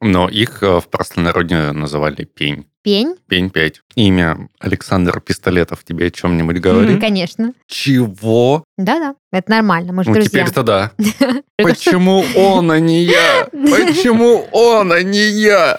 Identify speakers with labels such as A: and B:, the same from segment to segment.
A: Но их э, в простонародье называли пень.
B: Пень?
A: Пень 5. Имя Александр Пистолетов тебе о чем-нибудь говорит?
B: Конечно.
A: Чего?
B: Да-да, это нормально, мы же
A: Ну,
B: друзья.
A: теперь-то да. Почему он, а не я? Почему он, а не я?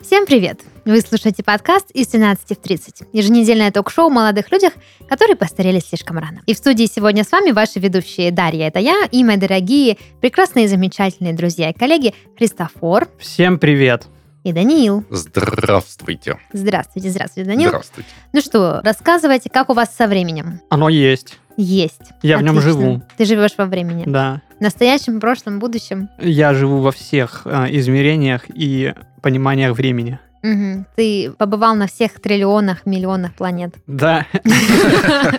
B: Всем привет! Вы слушаете подкаст «Из 17 в 30» – еженедельное ток-шоу о молодых людях, которые постарели слишком рано. И в студии сегодня с вами ваши ведущие Дарья, это я, и мои дорогие, прекрасные и замечательные друзья и коллеги Христофор
C: Всем привет.
B: и Даниил.
A: Здравствуйте.
B: Здравствуйте, здравствуйте, Данил.
A: Здравствуйте.
B: Ну что, рассказывайте, как у вас со временем?
C: Оно есть.
B: Есть.
C: Я в нем
B: Отлично.
C: живу.
B: Ты живешь во времени.
C: Да.
B: Настоящем, прошлом, будущем.
C: Я живу во всех э, измерениях и пониманиях времени.
B: Мгм. Ты побывал на всех триллионах, миллионах планет.
C: Да.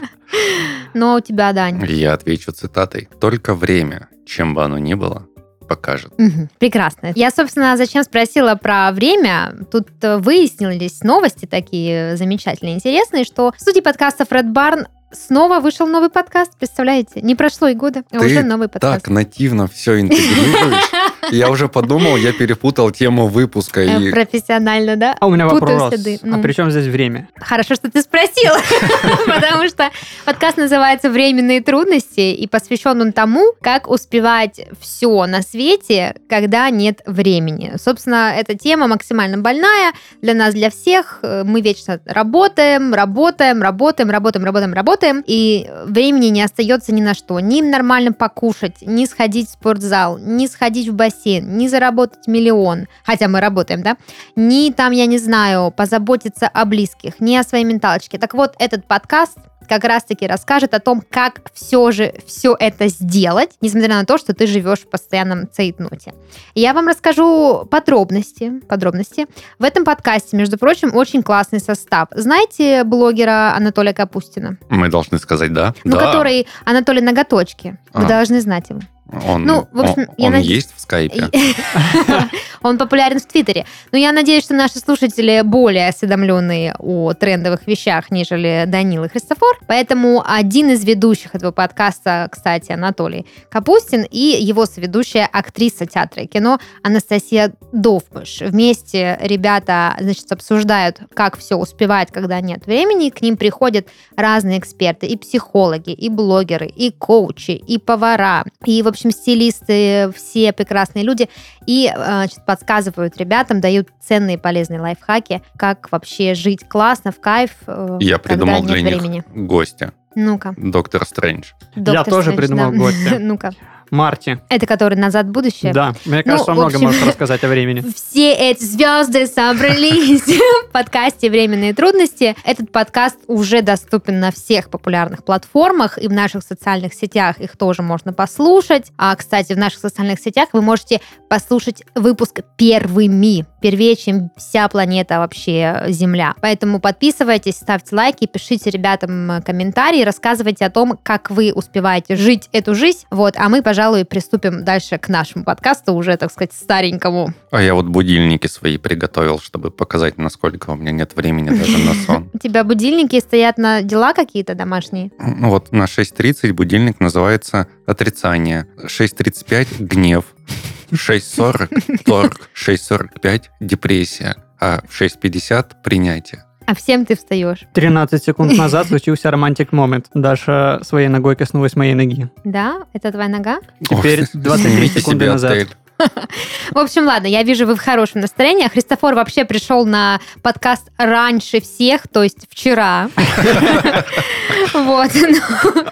B: Но у тебя, Дань.
A: Я отвечу цитатой. Только время, чем бы оно ни было, покажет.
B: Мгм. Прекрасно. Я, собственно, зачем спросила про время, тут э, выяснились новости такие замечательные, интересные, что в студии подкастов Red Barn снова вышел новый подкаст, представляете? Не прошло и года, а
A: Ты
B: уже новый подкаст.
A: Так нативно все интегрируешь. Я уже подумал, я перепутал тему выпуска.
B: Э,
A: И
B: Профессионально, да?
C: А у меня
B: Путаю
C: вопрос.
B: следы,
C: А
B: ну.
C: при чем здесь время?
B: Хорошо, что ты спросил, потому что подкаст называется «Временные трудности», и посвящен он тому, как успевать все на свете, когда нет времени. Собственно, эта тема максимально больная для нас, для всех. Э, Мы вечно работаем, работаем, работаем, работаем, работаем, работаем, и времени не остается ни на что. Ни нормально покушать, ни сходить в спортзал, ни сходить в бассейн, ни заработать миллион, хотя мы работаем, да? ни там, я не знаю, позаботиться о близких, ни о своей менталочке. Так вот, этот подкаст как раз-таки расскажет о том, как все же все это сделать, несмотря на то, что ты живешь в постоянном цейтноте. Я вам расскажу подробности, подробности. В этом подкасте, между прочим, очень классный состав. Знаете блогера Анатолия Капустина?
A: мы должны сказать да.
B: Ну,
A: Да.
B: который Анатолий Ноготочки. Вы
A: А.
B: должны знать его.
A: Он,
B: Ну, в общем,
A: он-
B: я
A: он
B: надеюсь-
A: есть в скайпе.
B: Он популярен в Твиттере. Но я надеюсь, что наши слушатели более осведомленные о трендовых вещах, нежели Данил и Христофор. Поэтому один из ведущих этого подкаста, кстати, Анатолий Капустин и его соведущая актриса театра и кино Анастасия Довбыш. Вместе ребята, значит, обсуждают, как все успевать, когда нет времени. К ним приходят разные эксперты, и психологи, и блогеры, и коучи, и повара, и, в общем, стилисты, все прекрасные люди, и э, значит, подсказывают ребятам, дают ценные полезные лайфхаки, как вообще жить классно, в кайф. э,
A: Я
B: когда
A: придумал
B: нет
A: для них
B: времени.
A: гостя.
B: Ну-ка,
A: Доктор Стрэндж.
B: доктор
C: тоже
B: Стрэндж,
C: придумал
B: да.
C: гостя.
B: Ну-ка,
C: Марти.
B: это который назад в будущее.
C: Да. Мне
B: Ну,
C: кажется, он
B: в
C: много
B: общем-
C: может рассказать о времени.
B: Все эти звезды собрались в подкасте «Временные трудности». Этот подкаст уже доступен на всех популярных платформах и в наших социальных сетях их тоже можно послушать. А, кстати, в наших социальных сетях вы можете послушать выпуск первыми, первее, чем вся планета вообще э, Земля. Поэтому подписывайтесь, ставьте лайки, пишите ребятам э, комментарии, рассказывайте о том, как вы успеваете жить эту жизнь. Вот, а мы, пожалуй, приступим дальше к нашему подкасту, уже, так сказать, старенькому.
A: А я вот будильники свои приготовил, чтобы показать, насколько у меня нет времени даже на сон.
B: У тебя будильники стоят на дела какие-то домашние?
A: Ну Вот на 6.30 будильник называется отрицание. 6.35 – гнев. 6.40 – торг. 6.45 – депрессия. А в 6.50 – принятие.
B: А всем ты встаешь,
C: 13 секунд назад случился романтик момент. Даша своей ногой коснулась моей ноги.
B: да? Это твоя нога?
C: Теперь
A: Ох,
C: 23
A: снимите
C: секунды
A: себе
C: назад.
A: отель.
B: В общем, ладно, я вижу, вы в хорошем настроении. А Христофор вообще пришел на подкаст раньше всех, то есть вчера. Вот. ну,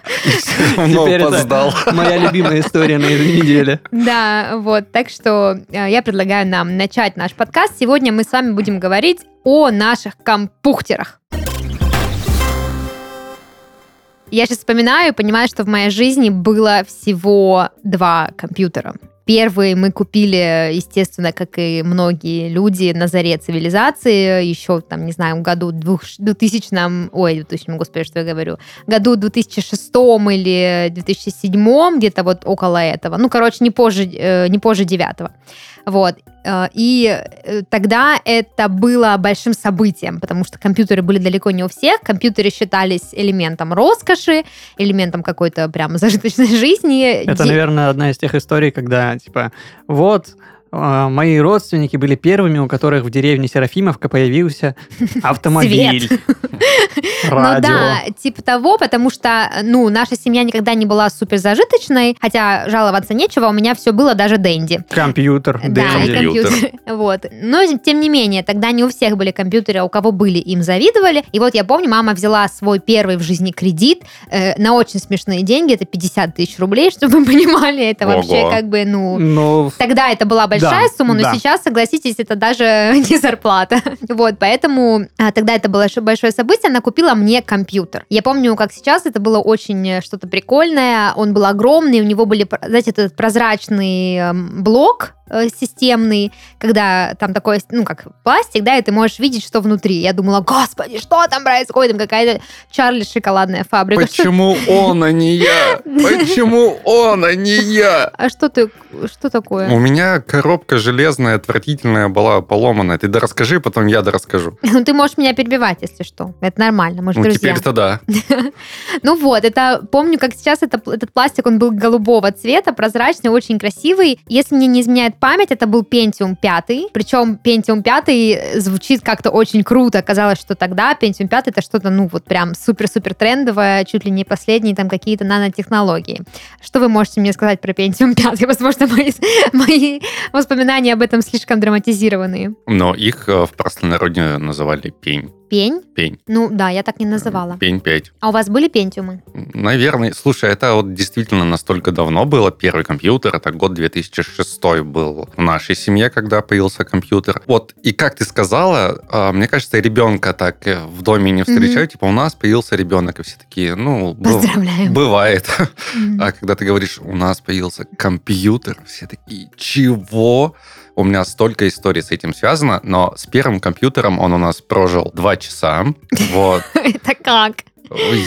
A: Но
C: Теперь это
A: опоздал.
C: Моя любимая история на этой неделе.
B: Да, вот. Так что э, я предлагаю нам начать наш подкаст. Сегодня мы с вами будем говорить о наших компухтерах. Я сейчас вспоминаю и понимаю, что в моей жизни было всего два компьютера. Первый мы купили, естественно, как и многие люди на заре цивилизации, еще, там, не знаю, в году двух- 2000, ой, 2000, господи, что я говорю, году 2006 или 2007, где-то вот около этого. Ну, короче, не позже, э, не позже 9. Вот. Э, И э, тогда это было большим событием, потому что компьютеры были далеко не у всех. Компьютеры считались элементом роскоши, элементом какой-то прям зажиточной жизни.
C: Это,
B: Де-
C: наверное, одна из тех историй, когда, типа, вот, а, мои родственники были первыми, у которых в деревне Серафимовка появился автомобиль.
B: Ну
C: Радио.
B: да, типа того, потому что, ну, наша семья никогда не была супер зажиточной, хотя жаловаться нечего, у меня все было даже денди.
C: Компьютер.
B: Да, и
C: Дэнди.
B: а, компьютер. Вот. Но, тем не менее, тогда не у всех были компьютеры, а у кого были, им завидовали. И вот я помню, мама взяла свой первый в жизни кредит э, на очень смешные деньги, это 50 тысяч рублей, чтобы вы понимали, это
A: Ого.
B: вообще как бы, ну...
C: Ну,
B: Тогда это была большая
C: Да,
B: сумма, но
C: да.
B: сейчас, согласитесь, это даже не зарплата. Вот, поэтому а, тогда это было ш- большое событие, она купила мне компьютер. Я помню, как сейчас, это было очень э, что-то прикольное, он был огромный, у него были, пр- знаете, этот прозрачный эм, блок э, системный, когда там такой, ну, как пластик, да, и ты можешь видеть, что внутри. Я думала, господи, что там происходит? Там какая-то Чарли шоколадная фабрика. Что-
A: Почему он, а не я? Почему он, а не я?
B: а что ты, что такое?
A: У меня коробка железная, отвратительная была поломана. Ты да расскажи, потом я да расскажу.
B: Ну, ты можешь меня перебивать, если что. Это нормально, мы же
A: Ну,
B: друзья.
A: теперь-то да.
B: Ну вот, это помню, как сейчас это, этот пластик, он был голубого цвета, прозрачный, очень красивый. Если мне не изменяет память, это был Pentium 5. Причем Pentium 5 звучит как-то очень круто. Казалось, что тогда Pentium 5 это что-то, ну вот прям супер-супер трендовое, чуть ли не последние там какие-то нанотехнологии. Что вы можете мне сказать про Pentium 5? Возможно, мои, мои воспоминания об этом слишком драматизированные.
A: Но их э, в простонародье называли пень.
B: Пень?
A: Пень.
B: Ну да, я так не называла.
A: Пень 5.
B: А у вас были пентиумы?
A: Наверное, слушай, это вот действительно настолько давно было. Первый компьютер, это год 2006 был в нашей семье, когда появился компьютер. Вот, и как ты сказала, а, мне кажется, ребенка так э, в доме не встречают. Типа, у нас появился ребенок, и все такие, ну, быв-
B: Поздравляем.
A: бывает.
B: Мгм.
A: А когда ты говоришь, у нас появился компьютер, все такие, чего? У меня столько историй с этим связано, но с первым компьютером он у нас прожил два часа. Вот.
B: Это как?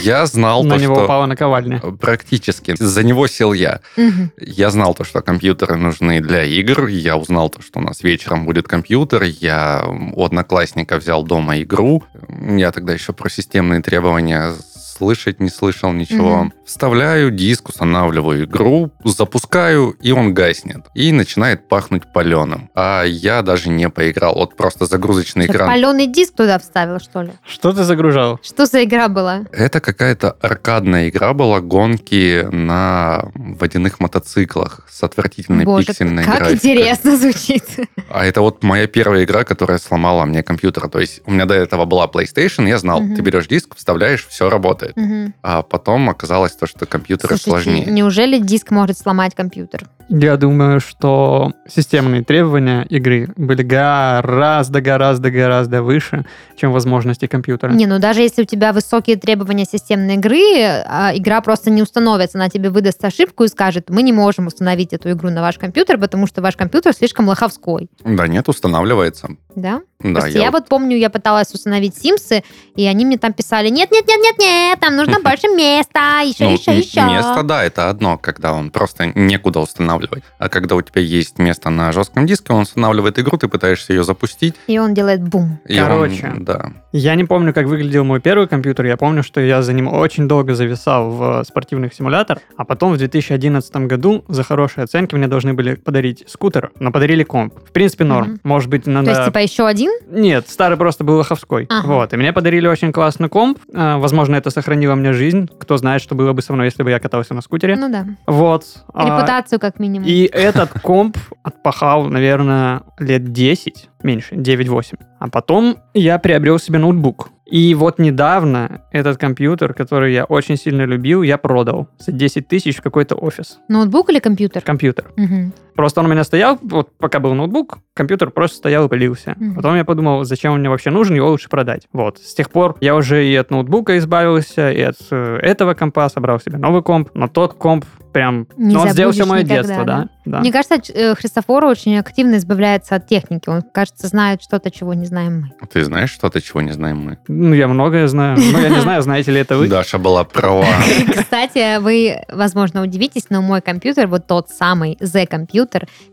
A: Я знал
C: на
A: то,
C: него
A: что...
C: упала наковальня.
A: Практически. За него сел я.
B: Мгм.
A: Я знал то, что компьютеры нужны для игр. Я узнал то, что у нас вечером будет компьютер. Я у одноклассника взял дома игру. Я тогда еще про системные требования слышать не слышал ничего.
B: Мгм.
A: Вставляю диск, устанавливаю игру, запускаю, и он гаснет. И начинает пахнуть паленым. А я даже не поиграл. Вот просто загрузочный
B: Что,
A: экран.
B: Паленый диск туда вставил, что ли?
C: Что ты загружал?
B: Что за игра была?
A: Это какая-то аркадная игра была, гонки на водяных мотоциклах с отвратительной
B: Боже,
A: пиксельной
B: как
A: графикой.
B: интересно звучит.
A: А это вот моя первая игра, которая сломала мне компьютер. То есть у меня до этого была PlayStation, я знал,
B: Мгм.
A: ты берешь диск, вставляешь, все работает.
B: Мгм.
A: А потом оказалось то, что компьютеры
B: Слушайте,
A: сложнее.
B: неужели диск может сломать компьютер?
C: Я думаю, что системные требования игры были гораздо, гораздо, гораздо выше, чем возможности компьютера.
B: Не, ну даже если у тебя высокие требования системной игры, а, игра просто не установится. Она тебе выдаст ошибку и скажет, мы не можем установить эту игру на ваш компьютер, потому что ваш компьютер слишком лоховской.
A: Да нет, устанавливается.
B: Да?
A: Да,
B: Просто я, вот помню, я пыталась установить Симсы, и они мне там писали, нет-нет-нет-нет-нет, там нужно больше места, еще,
A: Ну,
B: еще,
A: м-
B: еще.
A: Место, да, это одно, когда он просто некуда устанавливать. А когда у тебя есть место на жестком диске, он устанавливает игру, ты пытаешься ее запустить.
B: И он делает бум.
A: и он-
C: Короче.
A: да.
C: Я не помню, как выглядел мой первый компьютер. Я помню, что я за ним очень долго зависал в э, спортивных симуляторах. А потом в 2011 году за хорошие оценки мне должны были подарить скутер, но подарили комп. В принципе, норм.
B: Мгм.
C: Может быть, надо...
B: То есть, типа, еще один?
C: Нет, старый просто был лоховской.
B: Ага.
C: Вот. И мне подарили очень классный комп. А, возможно, это сохранило мне жизнь. Кто знает, что было бы со мной, если бы я катался на скутере.
B: Ну да.
C: Вот. А,
B: Репутацию как минимум.
C: и этот комп отпахал, наверное, лет 10, меньше, 9-8. А потом я приобрел себе ноутбук. И вот недавно этот компьютер, который я очень сильно любил, я продал за 10 тысяч в какой-то офис.
B: Ноутбук или компьютер?
C: Компьютер.
B: Мгм.
C: Просто он у меня стоял, вот пока был ноутбук, компьютер просто стоял и пылился.
B: Мгм.
C: Потом я подумал, зачем он мне вообще нужен, его лучше продать. Вот. С тех пор я уже и от ноутбука избавился, и от э, этого компа собрал себе новый комп, но тот комп прям...
B: Не
C: но он сделал все
B: забудешь
C: мое
B: никогда,
C: детство, да? да.
B: Мне кажется, Ч- э, Христофор очень активно избавляется от техники. Он, кажется, знает что-то, чего не знаем мы.
A: Ты знаешь что-то, чего не знаем мы?
C: Ну, я многое знаю. Ну, я не знаю, знаете ли это вы.
A: Даша была права.
B: И, Кстати, вы, возможно, удивитесь, но мой компьютер, вот тот самый Z-компьютер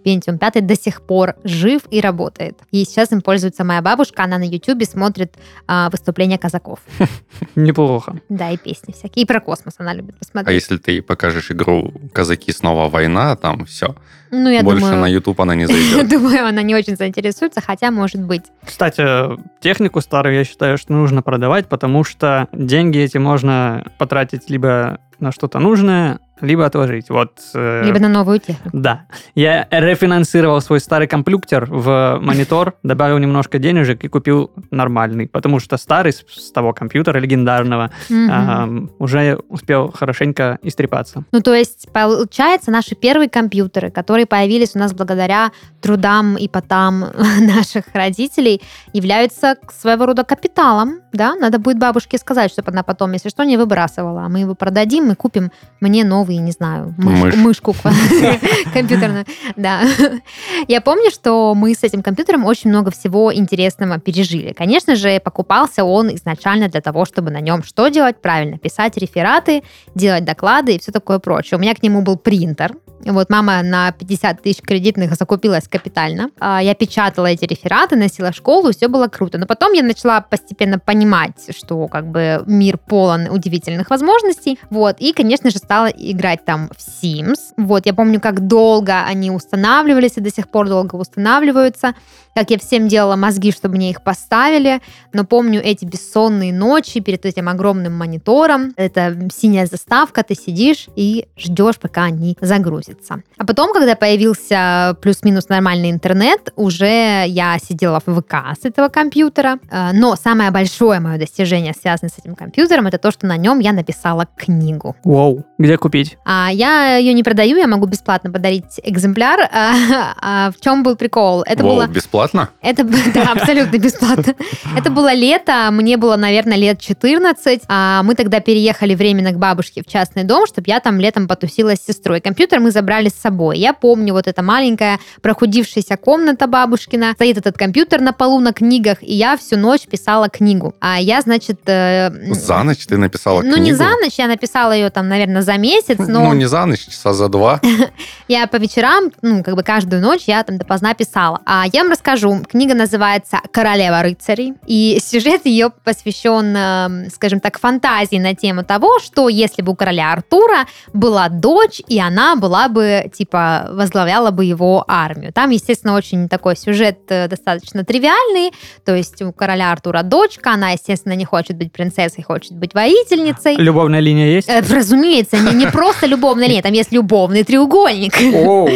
B: Pentium 5, до сих пор жив и работает. И сейчас им пользуется моя бабушка, она на YouTube смотрит а, выступления казаков.
C: Неплохо.
B: Да, и песни всякие. И про космос она любит
A: А
B: посмотреть.
A: если ты ей покажешь игру «Казаки. Снова война», там все.
B: Ну, я
A: Больше
B: думаю,
A: на YouTube она не
B: я
A: зайдет.
B: думаю, она не очень заинтересуется, хотя, может быть.
C: Кстати, технику старую я считаю, что нужно продавать, потому что деньги эти можно потратить либо на что-то нужное, либо отложить. Вот. э,
B: Либо на новую технику.
C: Да. Я рефинансировал свой старый комплюктер в монитор, добавил немножко денежек и купил нормальный, потому что старый с- с того компьютера легендарного
B: Мгм.
C: эм, уже успел хорошенько истрепаться.
B: Ну, то есть, получается, наши первые компьютеры, которые появились у нас благодаря трудам и потам наших родителей, являются к- своего рода капиталом, да? Надо будет бабушке сказать, чтобы она потом, если что, не выбрасывала. А мы его продадим и купим мне новый, не знаю, мышку,
A: Мышь.
B: мышку ква- компьютерную. Да. Я помню, что мы с этим компьютером очень много всего интересного пережили. Конечно же, покупался он изначально для того, чтобы на нем что делать? Правильно, писать рефераты, делать доклады и все такое прочее. У меня к нему был принтер. Вот мама на 50 тысяч кредитных закупилась капитально. А, Я печатала эти рефераты, носила в школу, все было круто. Но потом я начала постепенно понимать, что как бы мир полон удивительных возможностей. Вот. И, конечно же, стала играть там в Sims. Вот. Я помню, как долго они устанавливались и до сих пор долго устанавливаются. Как я всем делала мозги, чтобы мне их поставили. Но помню эти бессонные ночи перед этим огромным монитором. Это синяя заставка, ты сидишь и ждешь, пока они загрузятся. А потом, когда появился плюс-минус нормальный интернет, уже я сидела в ВК с этого компьютера. Э, Но самое большое мое достижение, связанное с этим компьютером, это то, что на нем я написала книгу.
C: Вау. Где купить?
B: А я ее не продаю, я могу бесплатно подарить экземпляр. А в чем был прикол? Это
A: Воу,
B: было
A: бесплатно?
B: это б- да, абсолютно бесплатно. Это было лето, мне было, наверное, лет 14. А мы тогда переехали временно к бабушке в частный дом, чтобы я там летом потусила с сестрой. Компьютер мы забрали с собой. Я помню вот эта маленькая прохудившаяся комната бабушкина. Стоит этот компьютер на полу на книгах, и я всю ночь писала книгу. А я, значит... э, м,
A: За ночь ты написала
B: Ну,
A: книгу?
B: не за ночь, я написала ее там, наверное, за месяц, но...
A: Ну, не за ночь, часа за два.
B: Я по вечерам, ну, как бы каждую ночь я там допоздна писала. А я вам расскажу. Книга называется «Королева рыцарей». И сюжет ее посвящен, эм, скажем так, фантазии на тему того, что если бы у короля Артура была дочь, и она была бы, типа, возглавляла бы его армию. Там, естественно, очень такой сюжет э, достаточно тривиальный. То есть у короля Артура дочка, она, естественно, не хочет быть принцессой, хочет быть воительницей.
C: Любовная линия есть?
B: Э, Разумеется, не, не просто любовная линия, там есть любовный треугольник.
C: Оу.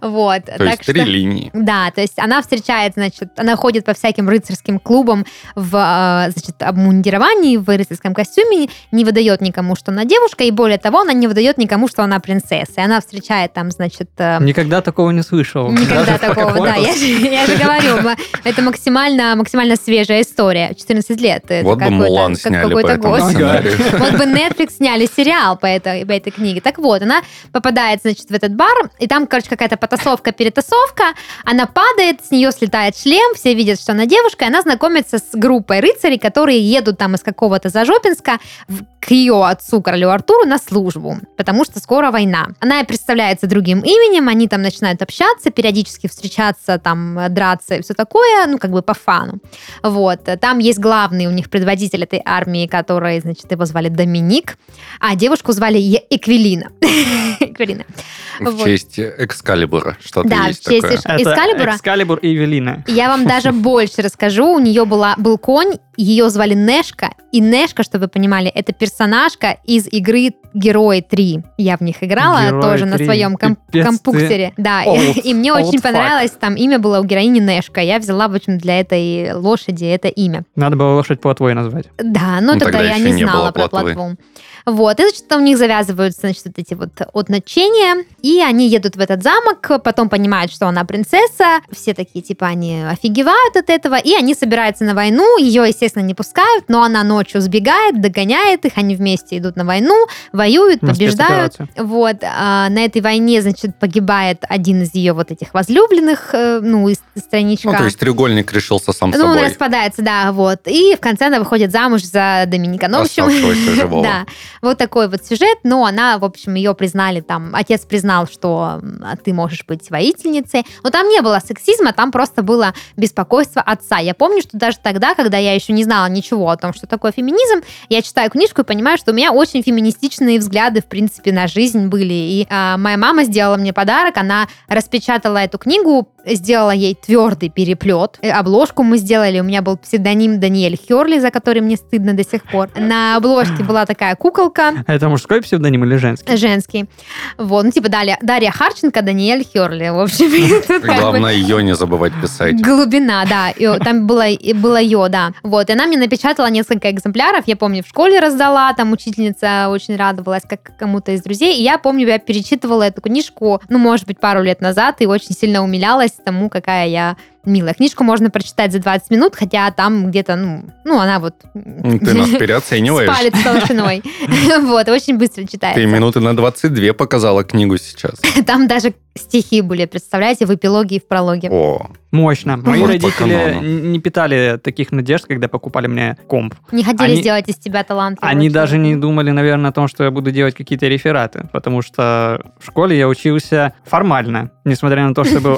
B: Вот.
A: То есть три линии.
B: Да, то есть она встречает, значит, она ходит по всяким рыцарским клубам в, э, значит, обмундировании, в рыцарском костюме, не выдает никому, что она девушка, и более того, она не выдает никому, что она принцесса. И она встречает там, значит... э,
C: Никогда такого не
A: Ну,
C: слышал.
B: Никогда
C: Даже пока
B: такого, да.
C: понял.
B: Я же, я же говорю, м- это максимально, максимально свежая история. 14 лет. Это
A: Вот бы
B: какой-то-
A: Мулан
B: как-
A: сняли по
B: какой-то
A: этому
B: год.
A: сценарию.
B: Вот бы Netflix сняли сериал по этой, по этой книге. Так вот, она попадает, значит, в этот бар, и там, короче, какая-то потасовка, перетасовка, она падает, с нее слетает шлем, все видят, что она девушка, и она знакомится с группой рыцарей, которые едут там из какого-то Зажопинска в- к ее отцу, королю Артуру, на службу, потому что скоро война. Она представляется другим именем, они там начинают общаться, периодически встречаться, там, э, драться и все такое, ну, как бы по фану. Вот. Там есть главный у них предводитель этой армии, который, значит, его звали Доминик, а девушку звали Е- Эквелина. Эквелина.
A: В
B: Вот.
A: честь Экскалибура что-то
B: Да, в
A: есть
B: честь
A: такое.
C: Это
B: Экскалибура?
C: Экскалибур и Велина.
B: Я вам даже больше расскажу. У нее была, был конь, ее звали Нэшка. И Нэшка, чтобы вы понимали, это персонажка из игры Герои 3. Я в них играла
C: «Герои
B: тоже на
C: 3».
B: своем комп-
C: Пипец ты
B: компуктере. Да, и-
C: old-
B: и мне
C: old
B: очень
C: fuck.
B: понравилось. Там имя было у героини Нэшка. Я взяла, в общем, для этой лошади это имя.
C: Надо было лошадь плотвой назвать.
B: Да, ну,
A: Ну,
B: тогда,
A: тогда
B: я
A: еще
B: не,
A: не
B: знала
A: было
B: про
A: платвы.
B: платву. Вот, и значит, там у них завязываются, значит, вот эти вот отначения, и они едут в этот замок, потом понимают, что она принцесса, все такие, типа, они офигевают от этого, и они собираются на войну, ее, естественно, не пускают, но она ночью сбегает, догоняет их, они вместе идут на войну, в воюют,
C: У нас
B: побеждают.
C: спецоперация.
B: Вот, а, на этой войне, значит, погибает один из ее вот этих возлюбленных, э, ну, из из страничка.
A: Ну, то есть треугольник решился сам
B: Ну, он
A: собой.
B: распадается, да, вот. И в конце она выходит замуж за Доминика. Ну, в общем,
A: Оставшегося живого.
B: Да, вот такой вот сюжет. Но она, в общем, ее признали там, отец признал, что м, а ты можешь быть воительницей. Но там не было сексизма, там просто было беспокойство отца. Я помню, что даже тогда, когда я еще не знала ничего о том, что такое феминизм, я читаю книжку и понимаю, что у меня очень феминистичные взгляды, в принципе, на жизнь были. И а, моя мама сделала мне подарок, она распечатала эту книгу, сделала ей твердый переплет. Э, Обложку мы сделали, у меня был псевдоним Даниэль Херли, за который мне стыдно до сих пор. На обложке была такая куколка,
C: Это мужской псевдоним или
B: Э,
C: женский?
B: женский. Вот, ну типа Дарья, Дарья Харченко, Даниэль Херли. В общем, тут как бы-
A: Главное, ее не забывать писать.
B: Глубина, да. И о- там было, и было ее, да. Вот, и она мне напечатала несколько экземпляров. Я помню, в школе раздала, там учительница очень радовалась, как кому-то из друзей. И я помню, я перечитывала эту книжку, ну, может быть, пару лет назад, и очень сильно умилялась тому, какая я милая. Книжку можно прочитать за 20 минут, хотя там где-то, ну, ну она вот...
A: Ты нас переоцениваешь.
B: Спалит с толщиной. Вот, очень быстро читается.
A: Ты минуты на 22 показала книгу сейчас.
B: Там даже стихи были, представляете, в эпилоге и в прологе.
A: О,
C: Мощно. Мои
A: Вот по
C: родители
A: канону.
C: не питали таких надежд, когда покупали мне комп.
B: Не хотели
C: Они-
B: сделать из тебя талант.
C: Они даже не думали, наверное, о том, что я буду делать какие-то рефераты, потому что в школе я учился формально. Несмотря на то, что я был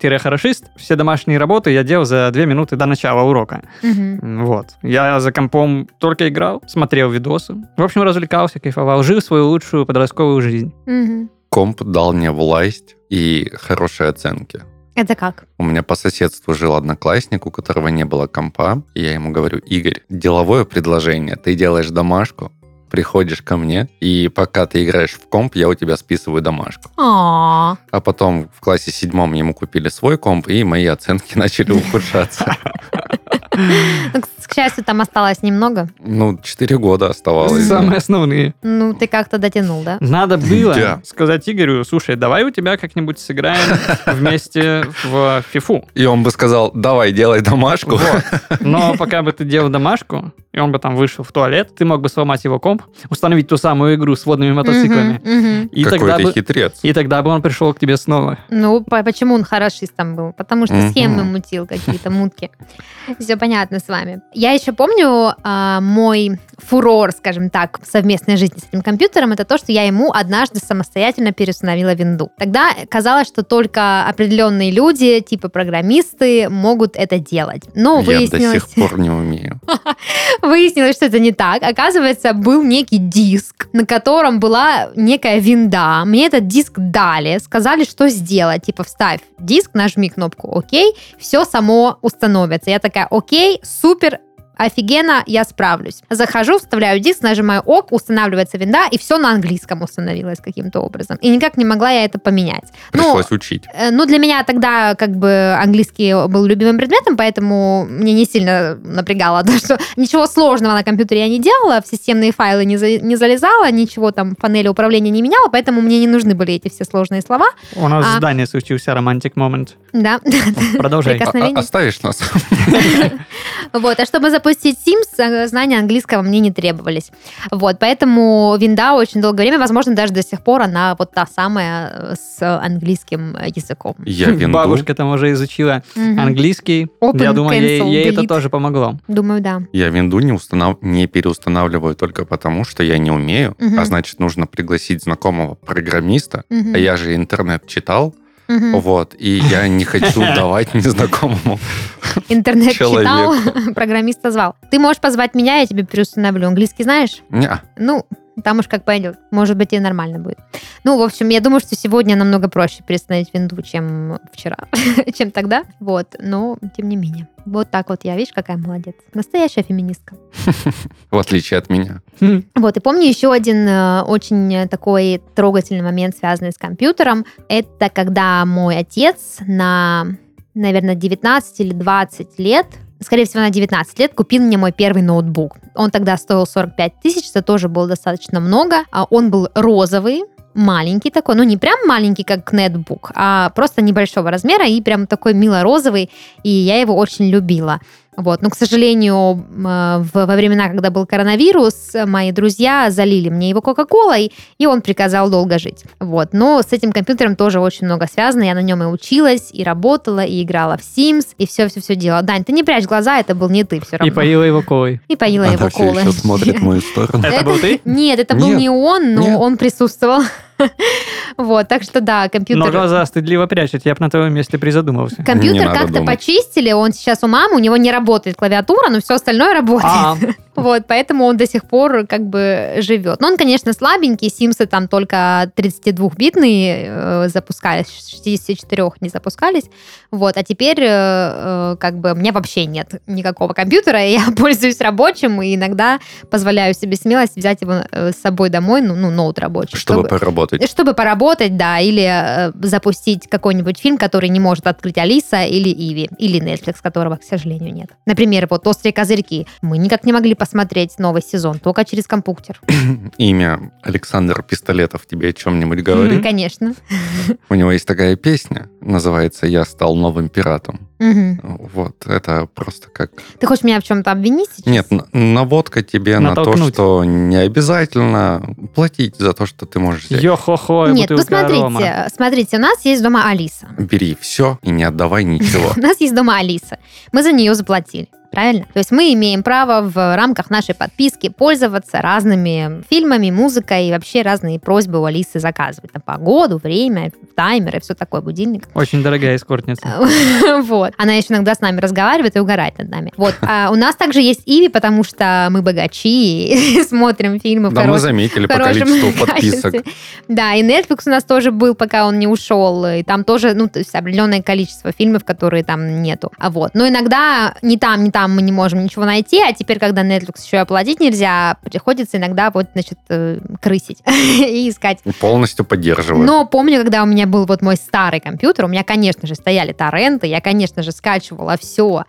C: отличник-хорошист, все домашние работы я делал за две минуты до начала урока.
B: Мгм.
C: Вот. Я за компом только играл, смотрел видосы. В общем, развлекался, кайфовал, жил свою лучшую подростковую жизнь.
B: Мгм.
A: комп дал мне власть и хорошие оценки.
B: Это как?
A: У меня по соседству жил одноклассник, у которого не было компа. И я ему говорю, Игорь, деловое предложение. Ты делаешь домашку, приходишь ко мне, и пока ты играешь в комп, я у тебя списываю домашку.
B: А,
A: А потом в классе седьмом ему купили свой комп, и мои оценки начали ухудшаться.
B: ну, к к счастью, там осталось немного.
A: Ну, 4 года оставалось.
C: Самые основные.
B: Ну, ты как-то дотянул, да?
C: Надо было
A: Да.
C: сказать Игорю, слушай, давай у тебя как-нибудь сыграем вместе в фифу.
A: И он бы сказал, давай, делай домашку.
C: Вот. Но пока бы ты делал домашку, и он бы там вышел в туалет, ты мог бы сломать его комп, установить ту самую игру с водными мотоциклами.
B: Мгм, мгм.
C: И
A: Какой
C: тогда,
A: ты
C: бы,
A: хитрец.
C: и тогда бы он пришел к тебе снова.
B: Ну, по- почему он хорошистом был? Потому что
A: Мгм.
B: схемы мутил какие-то, мутки. Все понятно с вами. Я еще помню а, мой фурор, скажем так, в совместной жизни с этим компьютером, это то, что я ему однажды самостоятельно переустановила винду. Тогда казалось, что только определенные люди, типа программисты, могут это делать. Но
A: Я до
B: Ну, выяснилось...
A: сих пор не умею.
B: Выяснилось, что это не так. Оказывается, был некий диск, на котором была некая винда. Мне этот диск дали, сказали, что сделать. Типа, вставь диск, нажми кнопку «Ок», все само установится. Я такая «Окей, супер, Офигенно, я справлюсь. Захожу, вставляю диск, нажимаю ок, устанавливается винда, и все на английском установилось каким-то образом. И никак не могла я это поменять. Ну,
A: Пришлось учить.
B: Э, Ну, для меня тогда как бы английский был любимым предметом, поэтому мне не сильно напрягало то, что ничего сложного на компьютере я не делала, в системные файлы не, за- не залезала, ничего там в панели управления не меняла, поэтому мне не нужны были эти все сложные слова.
C: У нас
B: А.
C: в здании случился романтик момент.
B: Да,
C: Продолжай.
A: А- а-
B: прикосновение.
A: Оставишь нас?
B: Вот, а чтобы запустить Sims, э, знания английского мне не требовались. Вот, поэтому винда очень долгое время, возможно, даже до сих пор она вот та самая э, с английским э, языком.
A: Я винду.
C: Бабушка там уже изучила
B: Мгм.
C: английский.
B: Open,
C: Я думаю, ей,
B: cancel,
C: ей это
B: delete.
C: тоже помогло.
B: Думаю, да.
A: Я винду не, установ... не переустанавливаю только потому, что я не умею,
B: Мгм.
A: а значит, нужно пригласить знакомого программиста.
B: Мгм.
A: А я же интернет читал,
B: Мгм.
A: вот, и я не хочу давать незнакомому.
B: Интернет
A: Человек.
B: читал, программиста звал. Ты можешь позвать меня, я тебе переустановлю. Английский знаешь?
A: Неа.
B: Ну, там уж как пойдет. Может быть, и нормально будет. Ну, в общем, я думаю, что сегодня намного проще перестановить винду, чем вчера, чем тогда. Вот, но тем не менее. Вот так вот я, видишь, какая молодец. Настоящая феминистка.
A: В отличие от меня.
C: Хм.
B: Вот, и помню еще один э, очень э, такой трогательный момент, связанный с компьютером. Это когда мой отец на, наверное, 19 или 20 лет, скорее всего, на 19 лет, купил мне мой первый ноутбук. Он тогда стоил 45 тысяч, это тоже было достаточно много. А Он был розовый, маленький такой, ну не прям маленький, как нетбук, а просто небольшого размера и прям такой мило розовый, и я его очень любила. Вот. Но, к сожалению, э, в- во времена, когда был коронавирус, э, мои друзья залили мне его Кока-Колой, и он приказал долго жить. Вот. Но с этим компьютером тоже очень много связано. Я на нем и училась, и работала, и играла в Sims, и все-все-все делала. Дань, ты не прячь глаза, это был не ты все равно.
C: И поила его колой.
B: И поила его
A: Она все
B: колой.
A: еще смотрит в мою сторону.
C: Это
B: Это-
C: был ты?
B: Нет, это был
A: Нет.
B: не он, но
A: Нет.
B: он присутствовал. Вот, так что да,
C: Но
B: компьютер...
C: глаза стыдливо прячет, я бы на твоем месте призадумался.
A: Не
B: Компьютер
A: надо
B: как-то
A: думать.
B: почистили, он сейчас у мамы, у него не работает клавиатура, но все остальное работает.
C: А,
B: Вот, поэтому он до сих пор как бы живет. Но он, конечно, слабенький, симсы там только 32-битные э, запускались, 64 не запускались. Вот, а теперь э, э, как бы у меня вообще нет никакого компьютера, и я пользуюсь рабочим и иногда позволяю себе смелость взять его э, с собой домой, ну, ну ноут рабочий.
A: Чтобы поработать.
B: Чтобы поработать, да, или э, запустить какой-нибудь фильм, который не может открыть Алиса или Иви, или Netflix, которого, к сожалению, нет. Например, вот «Острые козырьки». Мы никак не могли посмотреть новый сезон, только через компьютер.
A: Имя Александр Пистолетов тебе о чем-нибудь говорит?
B: Конечно.
A: У него есть такая песня, называется «Я стал новым пиратом».
B: Мгм.
A: Вот, это просто как...
B: Ты хочешь меня в чем-то обвинить сейчас?
A: Нет, н- наводка тебе на то,
C: Натолкнуть.
A: что не обязательно платить за то, что ты можешь взять.
C: йо-хо-хо,
B: Нет, ну
C: бутылка
B: смотрите,
C: рома.
B: смотрите, у нас есть дома Алиса.
A: Бери все и не отдавай ничего.
B: У нас есть дома Алиса. Мы за нее заплатили. Правильно? То есть мы имеем право в рамках нашей подписки пользоваться разными фильмами, музыкой и вообще разные просьбы у Алисы заказывать. На погоду, время, таймер и все такое, будильник.
C: Очень дорогая эскортница.
B: Вот. Она еще иногда с нами разговаривает и угорает над нами. Вот. А у нас также есть Иви, потому что мы богачи и смотрим фильмы в
A: Да, мы
B: хорошем
A: заметили
B: в
A: по
B: хорошем
A: количеству подписок.
B: Ну, качестве. Да, и Netflix у нас тоже был, пока он не ушел. И там тоже, ну, то есть определенное количество фильмов, которые там нету. А вот. Но иногда ни там, ни там мы не можем ничего найти, а теперь, когда Netflix еще и оплатить нельзя, приходится иногда вот, значит, э, крысить и искать
A: Полностью поддерживаю.
B: но помню, когда у меня был вот мой старый компьютер, у меня, конечно же, стояли торренты, я, конечно же, скачивала все,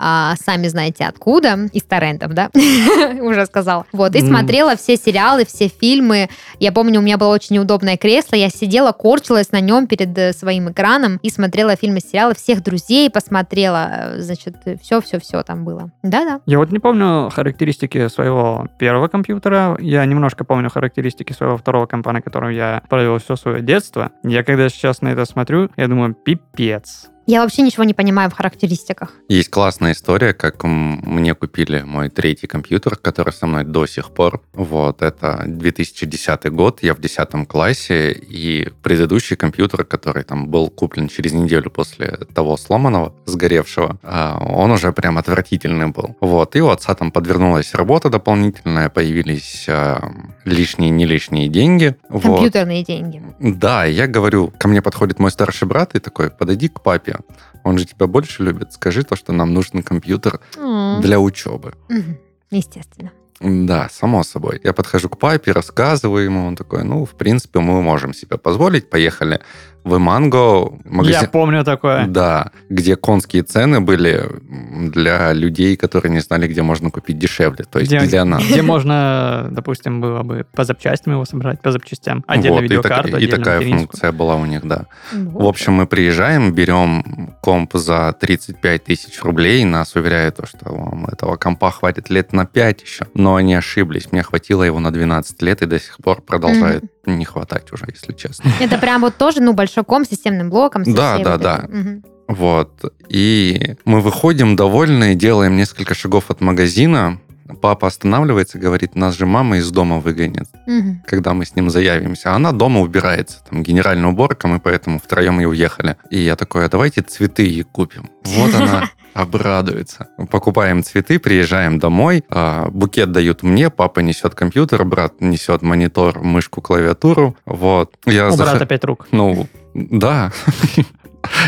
B: сами знаете откуда, из торрентов, да, уже сказала. Вот, и
C: Мгм.
B: смотрела все сериалы, все фильмы. Я помню, у меня было очень неудобное кресло, я сидела, корчилась на нем перед э, своим экраном и смотрела фильмы, сериалы, всех друзей посмотрела, э, значит, все-все-все там было. Да-да.
C: Я вот не помню характеристики своего первого компьютера. Я немножко помню характеристики своего второго компа, на котором я провел все свое детство. Я когда сейчас на это смотрю, я думаю, пипец.
B: Я вообще ничего не понимаю в характеристиках.
A: Есть классная история, как м, мне купили мой третий компьютер, который со мной до сих пор. Вот, это 2010 год, я в 10 классе, и предыдущий компьютер, который там был куплен через неделю после того сломанного, сгоревшего, а, он уже прям отвратительный был. Вот, и у отца там подвернулась работа дополнительная, появились а, лишние, не лишние деньги. Вот.
B: Компьютерные деньги.
A: Да, и я говорю, ко мне подходит мой старший брат и такой, подойди к папе, он же тебя больше любит, скажи то, что нам нужен компьютер
B: М.
A: для учебы.
B: Мгм. Естественно.
A: Да, само собой. Я подхожу к папе, рассказываю ему, он такой, ну, в принципе, мы можем себе позволить, поехали в Манго,
C: Я
A: магазин...
C: помню такое.
A: Да, где конские цены были м, для людей, которые не знали, где можно купить дешевле. То есть
C: Где-
A: для нас.
C: Где можно, допустим, было бы по запчастям его собрать, по запчастям. Отдельно
A: Вот, и, так-
C: видеокарту,
A: и
C: отдельно
A: такая
C: материнскую.
A: функция была у них, да. В
B: Вот.
A: общем, мы приезжаем, берем комп за 35 тысяч рублей, нас уверяют, то, что вам этого компа хватит лет на 5 еще. Но они ошиблись, мне хватило его на 12 лет и до сих пор продолжает не хватать уже, если честно.
B: Это прям вот тоже, ну, большой ком с системным блоком. со
A: Да,
B: всей
A: да,
B: вот
A: да.
B: этой. Мгм.
A: Вот, и мы выходим довольные, делаем несколько шагов от магазина, Папа останавливается и говорит, нас же мама из дома выгонит,
B: Мгм.
A: когда мы с ним заявимся. А Она дома убирается, там генеральная уборка, мы поэтому втроем и уехали. И я такой, а давайте цветы ей купим. Вот она обрадуется. Покупаем цветы, приезжаем домой, а, букет дают мне, папа несет компьютер, брат несет монитор, мышку, клавиатуру. Вот. Я
C: У
A: зах-
C: брата пять рук.
A: Ну, да.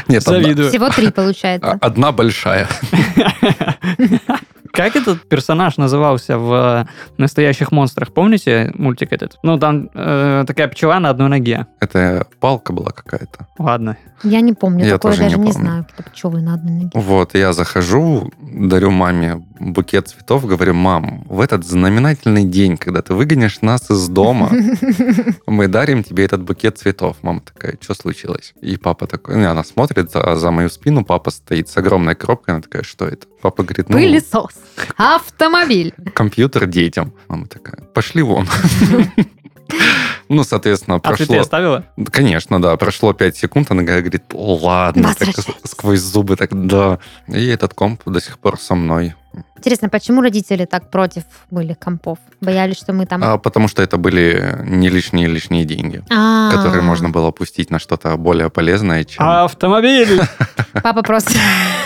A: Нет, одна-
C: Завидую.
B: Всего три
A: а-
B: получается.
A: одна большая.
C: Как этот персонаж назывался в э, «Настоящих монстрах»? Помните мультик этот? Ну, там э, такая пчела на одной ноге.
A: Это палка была какая-то.
C: Ладно.
B: Я не помню,
A: Я
B: такое
A: тоже
B: даже
A: не
B: не
A: помню.
B: знаю. Какие-то пчелы на одной ноге.
A: Вот, я захожу, дарю маме букет цветов, говорю, мам, в этот знаменательный день, когда ты выгонишь нас из дома, мы дарим тебе этот букет цветов. Мама такая, что случилось? И папа такой, ну, и она смотрит за, за мою спину, папа стоит с огромной коробкой, она такая, что это? Папа говорит, ну,
B: Пылесос, автомобиль.
A: компьютер детям. Мама такая, пошли вон. Ну, соответственно,
C: А цветы
A: прошло...
C: оставила?
A: Да, Конечно, да. Прошло 5 секунд, она говорит, «О, ладно, так
B: Возвращайся.
A: сквозь зубы, так да. И этот комп до сих пор со мной.
B: Интересно, почему родители так против были компов? Боялись, что мы там...
A: А, потому что это были не лишние-лишние деньги,
B: А,
A: которые можно было опустить на что-то более полезное, чем...
C: А. Автомобиль!
B: Папа просто...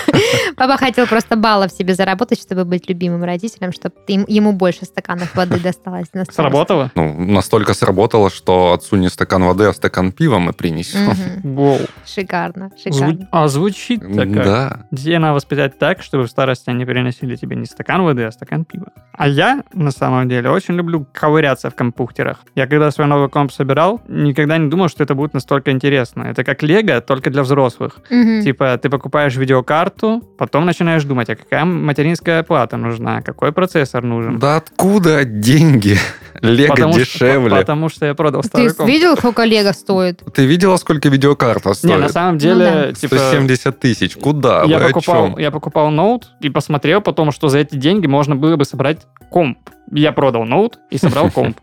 B: Папа хотел просто баллов себе заработать, чтобы быть любимым родителем, чтобы ему больше стаканов воды досталось. на старость.
C: Сработало?
A: Ну, настолько сработало, что отцу не стакан воды, а стакан пива мы принесем.
B: Мгм.
C: Воу.
B: Шикарно,
C: Зву-
B: шикарно.
C: А звучит такая.
A: Да.
C: Детей надо воспитать так, чтобы в старости они приносили тебе не стакан воды, а стакан пива. А я, на самом деле, очень люблю ковыряться в компьютерах. Я когда свой новый комп собирал, никогда не думал, что это будет настолько интересно. Это как лего, только для взрослых.
B: Мгм.
C: Типа, ты покупаешь видеокарту, потом начинаешь думать, а какая материнская плата нужна, какой процессор нужен.
A: Да откуда деньги? Лего
C: Потому что-
A: дешевле.
C: потому что я продал
B: Ты
C: старый комп.
B: видел, сколько лего стоит?
A: Ты видела, сколько видеокарта
C: Не,
A: стоит?
C: на самом деле,
B: Ну да.
C: типа...
A: 170 тысяч. Куда?
C: я
A: А Вы о
C: покупал,
A: чем?
C: я покупал ноут и посмотрел потом, что за эти деньги можно было бы собрать комп. Я продал ноут и собрал комп.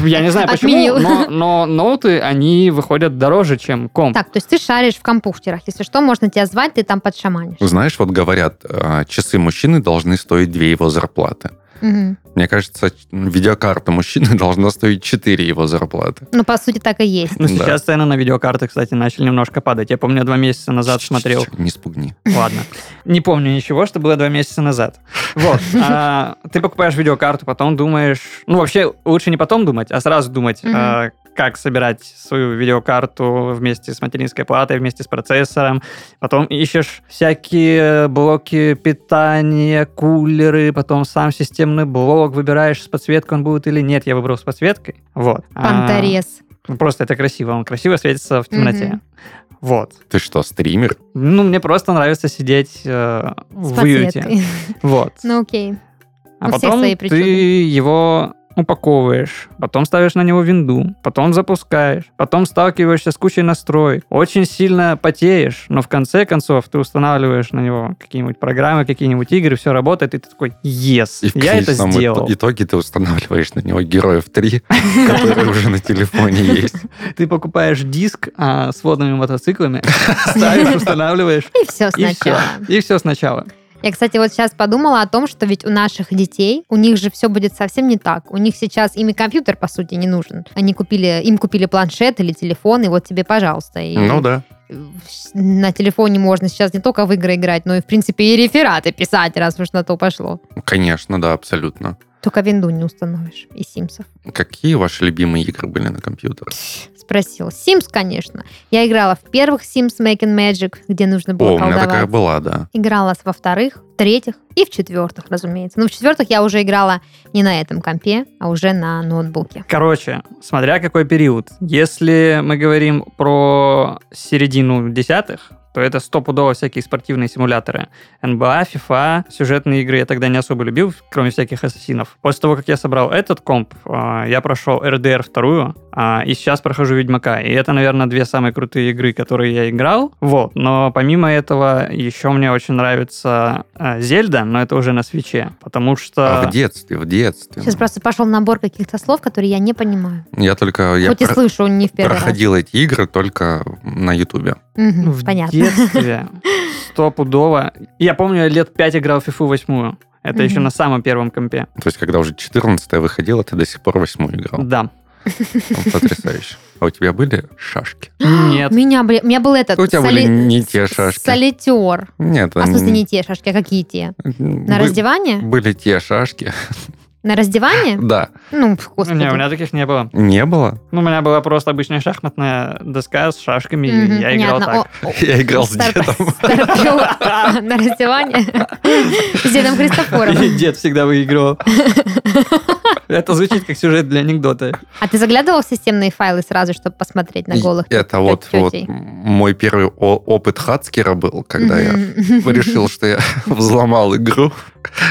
C: Я не знаю почему,
B: Отменил.
C: но, но ноуты, они выходят дороже, чем комп.
B: Так, то есть ты шаришь в компьютерах. Если что, можно тебя звать, ты там подшаманишь.
A: Знаешь, вот говорят, а, часы мужчины должны стоить две его зарплаты.
B: Мгм.
A: Мне кажется, ч- видеокарта мужчины должна стоить 4 его зарплаты.
B: Ну, по сути, так и есть.
C: Ну,
A: да.
C: сейчас цены на видеокарты, кстати, начали немножко падать. Я помню, два месяца назад смотрел
A: Ч-ч-ч, Не спугни.
C: Ладно. Не помню ничего, что было два месяца назад. Вот. а, ты покупаешь видеокарту, потом думаешь... Ну, вообще, лучше не потом думать, а сразу думать,
B: Мгм.
C: а, как собирать свою видеокарту вместе с материнской платой, вместе с процессором. Потом ищешь всякие блоки питания, кулеры, потом сам системный блок, выбираешь, с подсветкой он будет или нет. Я выбрал с подсветкой. Вот. А,
B: Панторез.
C: ну, просто это красиво. Он красиво светится в темноте.
B: Мгм.
C: Вот.
A: Ты что, стример?
C: Ну, мне просто нравится сидеть э,
B: С
C: в уюте.
B: подсветкой.
C: Вот.
B: Ну, окей.
C: а
B: у всех
C: потом
B: свои
C: ты
B: причуды.
C: его упаковываешь, потом ставишь на него винду, потом запускаешь, потом сталкиваешься с кучей настроек, очень сильно потеешь, но в конце концов ты устанавливаешь на него какие-нибудь программы, какие-нибудь игры, все работает, и ты такой, yes,
A: И в
C: я это
A: конечном
C: сделал.
A: ит- итоге ты устанавливаешь на него героев 3, которые уже на телефоне есть.
C: Ты покупаешь диск а, с водными мотоциклами, ставишь, устанавливаешь,
B: И все
C: и все.
B: сначала.
C: И все сначала.
B: Я, кстати, вот сейчас подумала о том, что ведь у наших детей, у них же все будет совсем не так. У них сейчас им и компьютер, по сути, не нужен. Они купили, им купили планшет или телефон, и вот тебе, пожалуйста. И
A: Ну да.
B: в- На телефоне можно сейчас не только в игры играть, но и, в принципе, и рефераты писать, раз уж на то пошло.
A: Конечно, да, абсолютно.
B: Только винду не установишь и симсов.
A: Какие ваши любимые игры были на компьютере?
B: Спросил. Симс, конечно. Я играла в первых Sims Make and Magic, где нужно было
A: О, у меня
B: колдовать.
A: такая была, да.
B: играла во вторых, в третьих и в четвертых, разумеется. Но в четвертых я уже играла не на этом компе, а уже на ноутбуке.
C: Короче, смотря какой период. Если мы говорим про середину десятых, то это стопудово всякие спортивные симуляторы. НБА, ФИФА, сюжетные игры я тогда не особо любил, кроме всяких ассасинов. После того, как я собрал этот комп, а, я прошел РДР вторую, а, и сейчас прохожу Ведьмака. И это, наверное, две самые крутые игры, которые я играл. Вот. Но помимо этого, еще мне очень нравится а, Зельда, но это уже на свече, потому что...
A: А в детстве, в детстве.
B: Сейчас просто пошел набор каких-то слов, которые я не понимаю.
A: Я только... Я
B: Хоть и
A: про-
B: слышу не в первый
A: проходил эти игры только на Ютубе.
B: раз. Мгм,
C: Ну, В
B: понятно.
C: детстве стопудово. Я помню, я лет 5 играл в FIFA 8. Это
B: Мгм.
C: еще на самом первом компе.
A: То есть, когда уже 14 выходила, ты до сих пор восьмую играл.
C: Да.
A: Потрясающе. А у тебя были шашки?
C: Нет.
B: У меня, были- у меня был этот...
A: У тебя были не те шашки.
B: Солитер.
A: Нет,
B: А в
A: они-
B: смысле не те шашки, а какие те? На
A: Бы-
B: раздевание?
A: Были те шашки.
B: На раздевание?
A: Да.
B: Ну, ф, господи.
C: Не, у меня таких не было.
A: Не было?
C: Ну, у меня была просто обычная шахматная доска с шашками, и
B: Мгм,
C: я играл
B: понятно.
C: так.
B: О, о,
A: Я играл с
B: Стар-
A: дедом.
B: Старпёр. На раздевание? С дедом Христофором.
C: И дед всегда выигрывал. Это звучит как сюжет для анекдота.
B: А ты заглядывал в системные файлы сразу, чтобы посмотреть на голых?
A: И Это вот, вот
B: тетей.
A: мой первый о- опыт хацкера был, когда я
B: Мгм.
A: решил, что я взломал игру,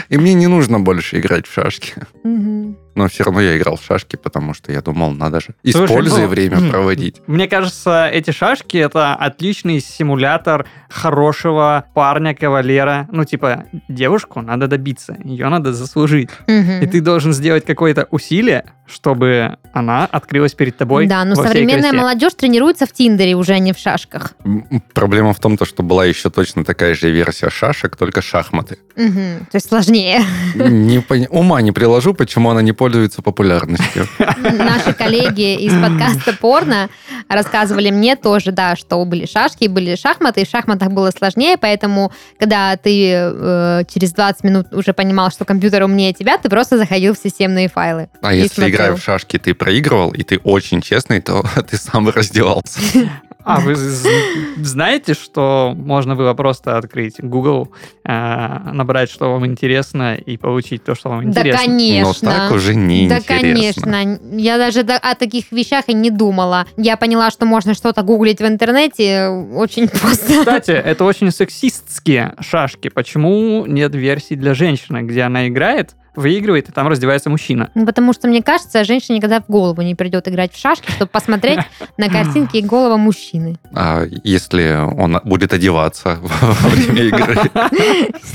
A: и мне не нужно больше играть в шашки.
B: Мгм.
A: Но все равно я играл в шашки, потому что я думал, надо же
C: Слушай,
A: используй
C: ну,
A: время
C: м.
A: проводить.
C: Мне кажется, эти шашки это отличный симулятор хорошего парня, кавалера. Ну, типа, девушку надо добиться, ее надо заслужить.
B: Мгм.
C: И ты должен сделать какое-то усилие, чтобы она открылась перед тобой.
B: Да, но
C: во всей
B: современная
C: красе.
B: молодежь тренируется в Тиндере уже, а не в шашках.
A: М, Проблема в том, то, что была еще точно такая же версия шашек, только шахматы.
B: Мгм. То есть сложнее.
A: Не пони- Ума не приложу, почему она не пользуется популярностью.
B: Наши коллеги из подкаста «Порно» рассказывали мне тоже, да, что были шашки, были шахматы, и в шахматах было сложнее, поэтому, когда ты э, через 20 минут уже понимал, что компьютер умнее тебя, ты просто заходил в системные файлы.
A: А
B: И
A: если
B: смотрел.
A: играя в шашки, ты проигрывал, и ты очень честный, то ты сам раздевался.
C: А вы з- знаете, что можно было просто открыть Google, э, набрать, что вам интересно, и получить то, что вам
B: Да,
C: интересно?
A: Но
B: конечно.
A: так уже не
B: Да,
A: интересно.
B: конечно. Я даже до- о таких вещах и не думала. Я поняла, что можно что-то гуглить в интернете э, очень просто.
C: Кстати, это очень сексистские шашки. Почему нет версии для женщины, где она играет, выигрывает, и там раздевается мужчина?
B: Ну, Потому что, мне кажется, женщине никогда в голову не придет играть в шашки, чтобы посмотреть на картинки и голова мужчины.
A: А если он будет одеваться во время игры,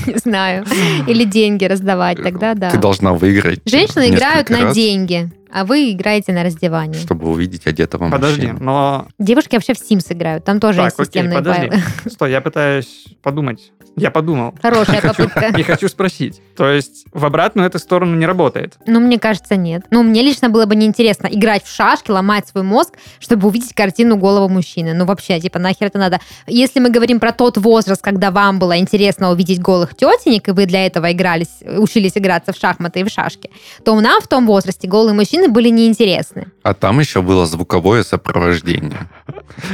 B: Не знаю. Или деньги раздавать, тогда да.
A: ты должна выиграть.
B: Женщины играют
A: несколько
B: на
A: раз,
B: деньги, а вы играете на раздевание.
A: Чтобы увидеть одетого
C: Подожди,
A: мужчину.
C: но...
B: Девушки вообще в Sims играют, там тоже есть
C: так, окей,
B: системные
C: подожди.
B: файлы.
C: Стой, я пытаюсь подумать. Я подумал.
B: Хорошая попытка.
C: И хочу спросить. То есть в обратную эту сторону не работает?
B: Ну, мне кажется, нет. Ну, мне лично было бы неинтересно играть в шашки, ломать свой мозг, чтобы увидеть картину голого мужчины. Ну, вообще, типа, нахер это надо? Если мы говорим про тот возраст, когда вам было интересно увидеть голых тетенек, и вы для этого игрались, учились играться в шахматы и в шашки, то нам в том возрасте голые мужчины были неинтересны.
A: А там еще было звуковое сопровождение.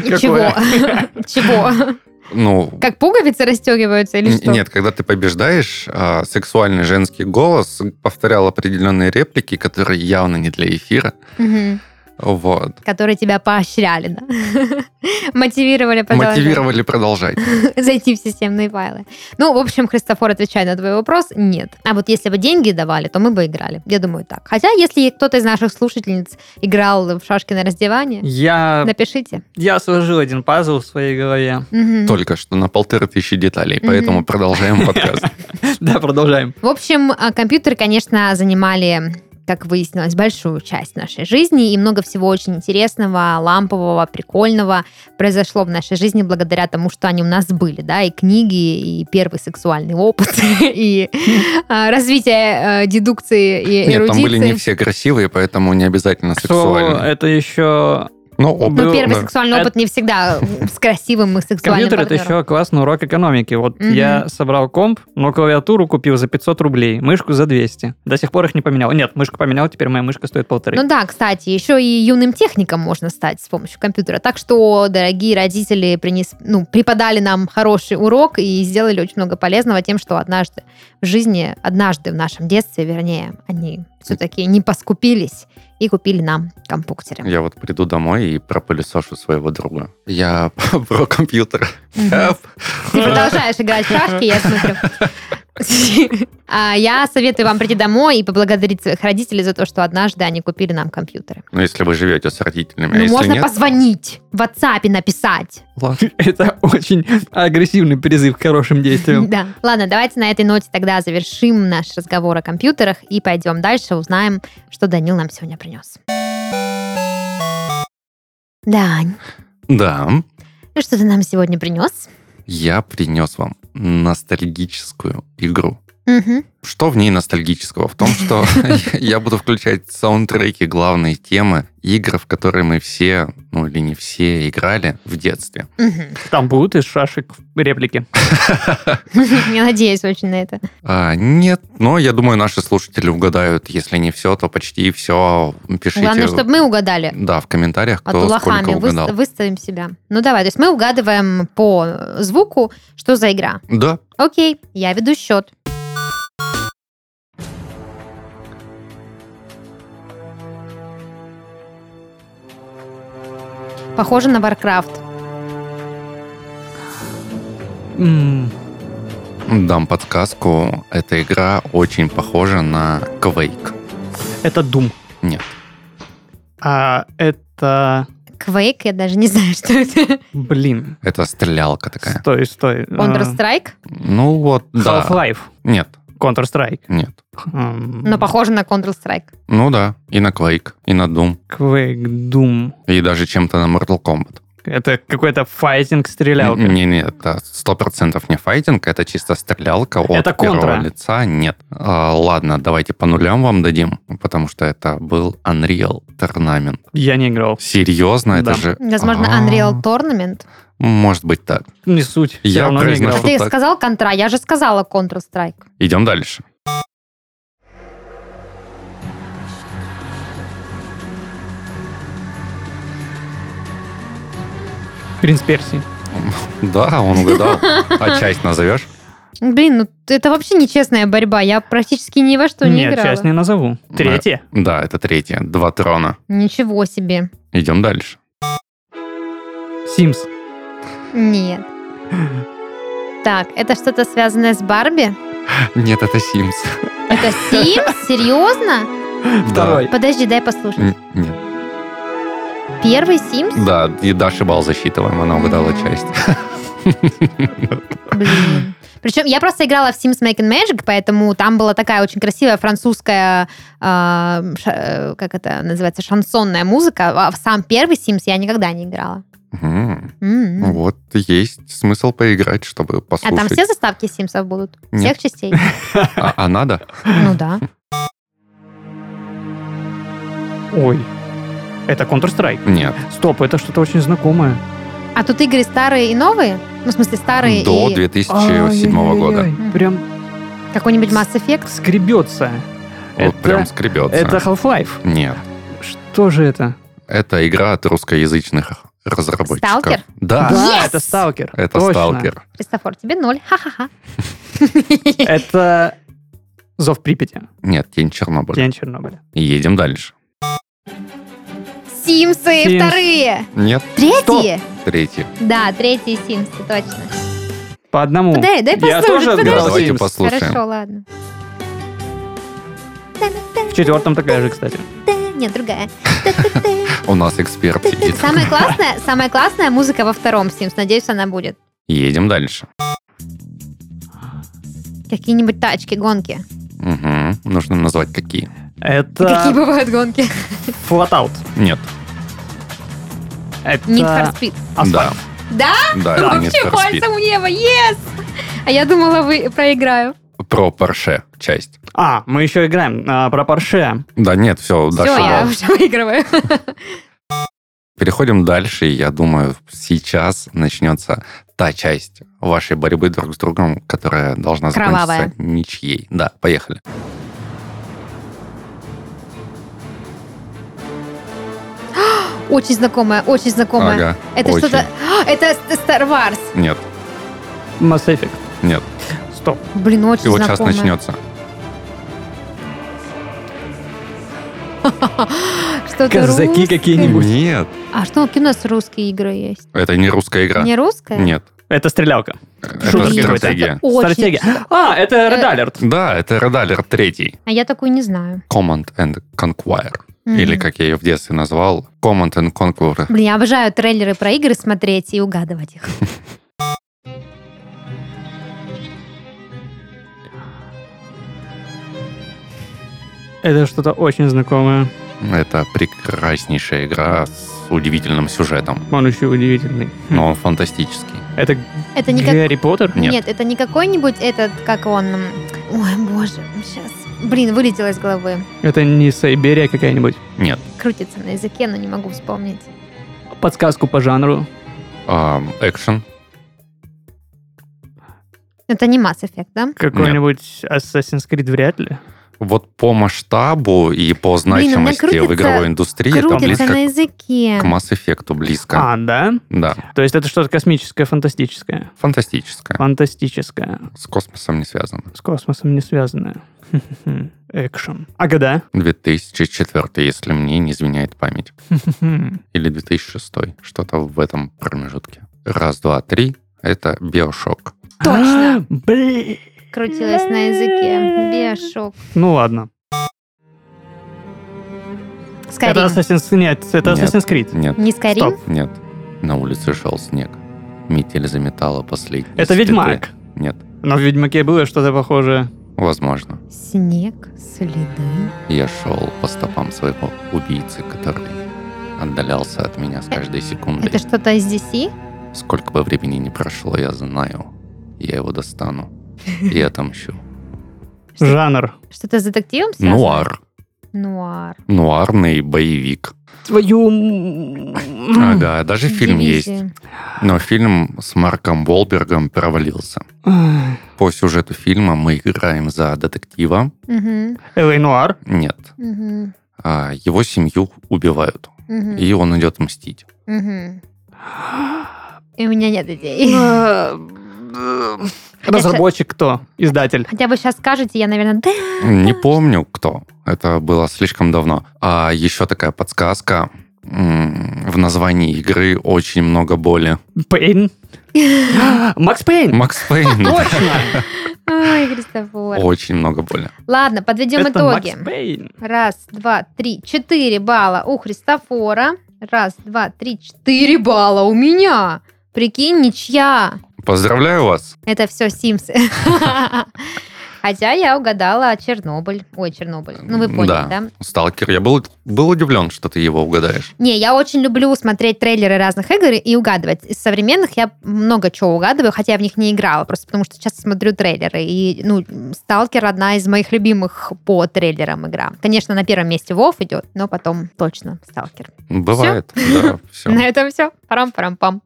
B: И
C: Какое?
B: Чего? Чего?
A: Ну,
B: Как пуговицы расстегиваются или
A: н-
B: что?
A: нет, когда ты побеждаешь, а, сексуальный женский голос повторял определенные реплики, которые явно не для эфира.
B: Мгм.
A: Вот.
B: Которые тебя поощряли, да? Мотивировали, продолжать.
A: Мотивировали продолжать.
B: зайти в системные файлы. Ну, в общем, Христофор, отвечая на твой вопрос, нет. А вот если бы деньги давали, то мы бы играли. Я думаю, так. Хотя, если кто-то из наших слушательниц играл в шашки на раздевание,
C: Я,
B: напишите.
C: я сложил один пазл в своей голове.
B: Мгм.
A: Только что на полторы тысячи деталей, поэтому
B: Мгм.
A: продолжаем подкаст.
C: Да, продолжаем.
B: В общем, а, компьютеры, конечно, занимали как выяснилось, большую часть нашей жизни, и много всего очень интересного, лампового, прикольного произошло в нашей жизни благодаря тому, что они у нас были, да, и книги, и первый сексуальный опыт, и а, развитие э, дедукции и
A: Нет, там были не
B: эрудиции.
A: все красивые, поэтому не обязательно
C: К слову,
A: сексуальные.
C: это еще...
A: Но опыт,
B: Ну,
C: было,
B: первый
A: да.
B: сексуальный опыт не всегда с красивым и сексуальным
C: Компьютер это
B: партнером.
C: еще классный урок экономики. Вот
B: Мгм.
C: я собрал комп, но клавиатуру купил за 500 рублей, мышку за 200. До сих пор их не поменял. Нет, мышку поменял, теперь моя мышка стоит полторы.
B: Ну да, кстати, еще и юным техником можно стать с помощью компьютера. Так что, дорогие родители, принес, ну, преподали нам хороший урок и сделали очень много полезного тем, что однажды в жизни, однажды в нашем детстве, вернее, они все-таки не поскупились и купили нам компьютеры.
A: Я вот приду домой и пропылесошу своего друга. Я про компьютер.
B: Мгм. Ты продолжаешь играть в шашки, я смотрю. А Я советую вам прийти домой и поблагодарить своих родителей за то, что однажды они купили нам компьютеры.
A: Ну, если вы живете с родителями. а
B: Ну,
A: если
B: можно
A: нет,
B: позвонить, в WhatsApp написать.
A: ладно.
C: Это очень агрессивный призыв к хорошим действиям.
B: Да. Ладно, давайте на этой ноте тогда завершим наш разговор о компьютерах и пойдем дальше, узнаем, что Данил нам сегодня принес. Дань,
A: Да,
B: ну что ты нам сегодня принес?
A: я принес вам ностальгическую игру.
B: Мгм.
A: Что в ней ностальгического? В том, что я буду включать саундтреки, главные темы игр, в которые мы все, ну или не все, играли в детстве.
B: Мгм.
C: Там будут из шашек реплики.
B: Я надеюсь очень на это.
A: А, нет, но я думаю, наши слушатели угадают. Если не все, то почти все. Пишите.
B: Главное, чтобы мы угадали.
A: Да, в комментариях,
B: А
A: кто
B: то
A: сколько
B: лохами выс-
A: угадал.
B: выставим себя. Ну давай, то есть мы угадываем по звуку, что за игра.
A: Да,
B: Окей, я веду счет. Похоже на Warcraft.
C: М,
A: Дам подсказку. Эта игра очень похожа на Quake.
C: Это Doom.
A: Нет.
C: А это...
B: Quake, я даже не знаю, что это.
C: Блин.
A: Это стрелялка такая.
C: Стой, стой. А,
B: Counter-Strike,
A: Ну вот, да.
C: Half-Life.
A: Нет,
C: Counter-Strike.
A: нет.
C: М,
B: но похоже на Counter-Strike.
A: Ну да, и на Quake, и на Doom,
C: Quake, Doom.
A: и даже чем-то на Mortal Kombat.
C: Это какой-то файтинг-стрелялка.
A: Не, не, это сто процентов не файтинг, это чисто стрелялка от
C: Это
A: первого
C: контра.
A: лица. Нет. А, ладно, давайте по нулям вам дадим, потому что это был Unreal Tournament.
C: Я не играл.
A: Серьезно, это
C: Да.
A: же...
B: Возможно,
A: А,
B: Unreal Tournament.
A: Может быть так.
C: Не суть. Все
A: Я
C: равно не
A: произношу-
C: играл.
B: А ты
A: так.
B: сказал контра, я же сказала Counter-Strike.
A: Идем дальше.
C: Принц Персии.
A: Да, он угадал. А часть назовешь?
B: Блин, ну это вообще нечестная борьба. Я практически ни во что не
C: Нет,
B: играла.
C: сейчас не назову.
A: Да.
C: Третье.
A: Да, это третья. Два трона.
B: Ничего себе.
A: Идем дальше.
C: Sims.
B: Нет. Так, это что-то связанное с Барби?
A: Нет, это Sims.
B: Это Sims? Серьезно?
C: Второй.
B: Подожди, дай послушать.
A: Н- Нет.
B: Первый Sims?
A: Да, и Даши балл засчитываем, она угадала часть.
B: Блин. Причем я просто играла в Sims Make and Magic, поэтому там была такая очень красивая французская, э, ша- э, как это называется, шансонная музыка. А в сам первый Sims я никогда не играла.
A: М,
B: М.
A: Ну Вот есть смысл поиграть, чтобы
B: А там все
A: послушать.
B: заставки Симсов будут?
A: Нет.
B: Всех частей?
A: А а надо?
B: Ну да.
C: Ой. Это Counter-Strike.
A: Нет.
C: Стоп, это что-то очень знакомое.
B: А тут игры старые и новые? Ну, в смысле, старые
A: До
B: и
A: 2007 года.
C: Ай-яй-яй-яй. Прям
B: какой-нибудь Mass Effect?
C: скребется.
A: Вот
C: Это-
A: прям скребется.
C: Это Half-Life.
A: Нет.
C: Что же это?
A: Это игра от русскоязычных разработчиков.
B: Сталкер?
A: Да.
B: Yes!
C: это Сталкер.
A: Это
C: Точно.
A: сталкер.
B: Христофор, тебе ноль. Ха-ха-ха.
C: Это Зов Припяти.
A: Нет, тень Чернобыля.
C: День Чернобыля.
A: Едем дальше.
B: Симсы
C: Sims.
B: вторые.
A: Нет,
B: Третьи?
A: третий.
B: Да, третьи Симсы, точно.
C: По одному.
B: Подай, дай
C: Я
B: послушать,
C: тоже
B: подожди.
C: отгадал
A: Давайте
C: Sims.
A: послушаем.
B: Хорошо, ладно.
C: В четвертом такая же, кстати.
B: Нет, другая.
A: У нас эксперт сидит.
B: Самая классная, самая классная музыка во втором Sims. Надеюсь, она будет.
A: Едем дальше.
B: Какие-нибудь тачки, гонки.
A: Мгм. Нужно назвать какие.
B: Какие
C: Это
B: бывают гонки?
C: Flatout.
A: Нет.
C: Это
B: Need for Speed.
A: Да.
C: Асфальт.
B: Да?
A: Да, это Need
B: Вообще
A: for
B: пальцем
A: Speed.
B: у неба, yes! А я думала, вы проиграю.
A: Про Порше часть.
C: А, мы еще играем а, про Порше.
A: Да нет, все,
B: Все, я
A: дальше.
B: уже выигрываю.
A: Переходим дальше, и я думаю, сейчас начнется та часть вашей борьбы друг с другом, которая должна
B: Кровавая.
A: закончиться ничьей. Да, поехали.
B: Очень знакомая, очень знакомая.
A: Ага,
B: Это
A: очень.
B: что-то... А, Это Star Wars.
A: Нет,
C: Mass Effect.
A: нет.
C: Стоп.
B: Блин,
A: И
B: очень
A: вот сейчас
B: знакомая.
A: начнется.
B: Что-то
C: Казаки
B: русское.
C: какие-нибудь.
A: Нет,
B: А что у кино с русские игры есть?
A: это не русская игра.
B: Не русская?
A: Нет,
C: Это стрелялка.
A: это
C: Шутер какой-то.
A: стратегия.
B: Очень. Э,
C: Стратегия. А, это Red Alert.
A: Да, это Red Alert 3.
B: А я такую не знаю.
A: Command and Conquer.
B: Мгм.
A: Или, как я ее в детстве назвал, Command and Conquer.
B: Блин, я обожаю трейлеры про игры смотреть и угадывать их.
C: Это что-то очень знакомое.
A: Это прекраснейшая игра с удивительным сюжетом.
C: Он еще удивительный.
A: Но
B: Хм.
A: он фантастический.
C: Это
B: Это не как...
C: Гарри Поттер?
A: Нет.
B: это не какой-нибудь этот, как он... м, Ой, боже, сейчас... Блин, вылетело из головы.
C: Это не Сайберия какая-нибудь?
A: Нет.
B: крутится на языке, но не могу вспомнить.
C: Подсказку по жанру.
A: ам, Экшен.
B: Это не Mass Effect, да?
C: Какой-нибудь Assassin's Creed вряд ли.
A: вот по масштабу и по
B: Блин, у меня
A: значимости в
B: крутится-
A: игровой индустрии это
B: Крутится
A: близко
B: на языке.
A: к Mass Effect близко.
C: А, да?
A: Да,
C: То есть это что-то космическое, фантастическое.
A: фантастическое.
C: Фантастическое.
A: С космосом не связано.
C: С космосом не связанное. Хм-хм-хм. Экшен. А года?
A: 2004, если мне не изменяет память.
C: Хм.
A: Или 2006. Что-то в этом промежутке. Раз, два, три. Это Биошок.
B: Точно.
C: А, Блин.
B: Крутилась на языке. Биошок.
C: Ну ладно. Это
B: Скорее.
C: Assassin's... Нет, это
A: Нет.
C: Assassin's Creed.
A: Нет,
B: Не скорее?
C: Стоп.
A: нет. На улице шел снег. Метель заметала последние
C: Это
A: следы.
C: Ведьмак.
A: Нет,
C: Но в Ведьмаке было что-то похожее.
A: возможно.
B: Снег, следы.
A: Я шел по стопам своего убийцы, который отдалялся от меня с каждой секундой.
B: Это что-то из DC?
A: Сколько бы времени ни прошло, я знаю. Я его достану. И отомщу.
B: Что-
C: Жанр.
B: Что-то с детективом связано?
A: Нуар.
B: Нуар.
A: Нуарный боевик.
C: Твою...
A: Ага, даже фильм
B: Дивизия.
A: есть. Но фильм с Марком Волбергом провалился.
C: А.
A: По сюжету фильма мы играем за детектива.
B: Мгм,
C: Элей Нуар.
A: Нет.
B: мгм,
A: А его семью убивают.
B: мгм,
A: И он идет мстить.
B: мгм. И у меня нет идей.
A: Ну.
C: А. Разработчик кто? Издатель.
B: Хотя бы сейчас скажете, я, наверное, да.
A: Не помню, кто. Это было слишком давно. А еще такая подсказка. М, В названии игры очень много боли.
C: Пейн. Макс Пейн.
A: Макс Пейн. да.
C: Точно.
B: Ой, Христофор.
A: Очень много боли.
B: Ладно, подведем
C: Это
B: итоги.
C: Макс Пейн.
B: Раз, два, три, четыре балла у Христофора. Раз, два, три, четыре балла у меня. Прикинь, ничья.
A: Поздравляю вас.
B: Это все Симсы. Хотя я угадала Чернобыль. Ой, Чернобыль. Ну, вы поняли,
A: Да.
B: да?
A: Сталкер, я был, был удивлен, что ты его угадаешь.
B: Не, я очень люблю смотреть трейлеры разных игр и угадывать. Из современных я много чего угадываю, хотя я в них не играла, просто потому что часто смотрю трейлеры. И, ну, Сталкер одна из моих любимых по трейлерам игра. Конечно, на первом месте Вов идет, но потом точно Сталкер.
A: Бывает, да,
B: На
A: все.
B: этом все. Парам-парам-пам.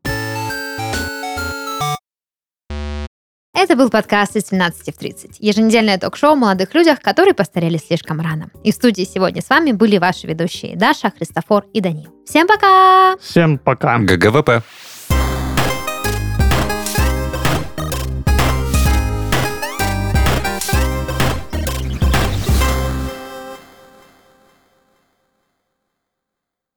B: Это был подкаст из 17 в 30. Еженедельное ток-шоу о молодых людях, которые постарели слишком рано. И в студии сегодня с вами были ваши ведущие Даша, Христофор и Данил. Всем пока!
C: Всем пока.
A: ГГВП.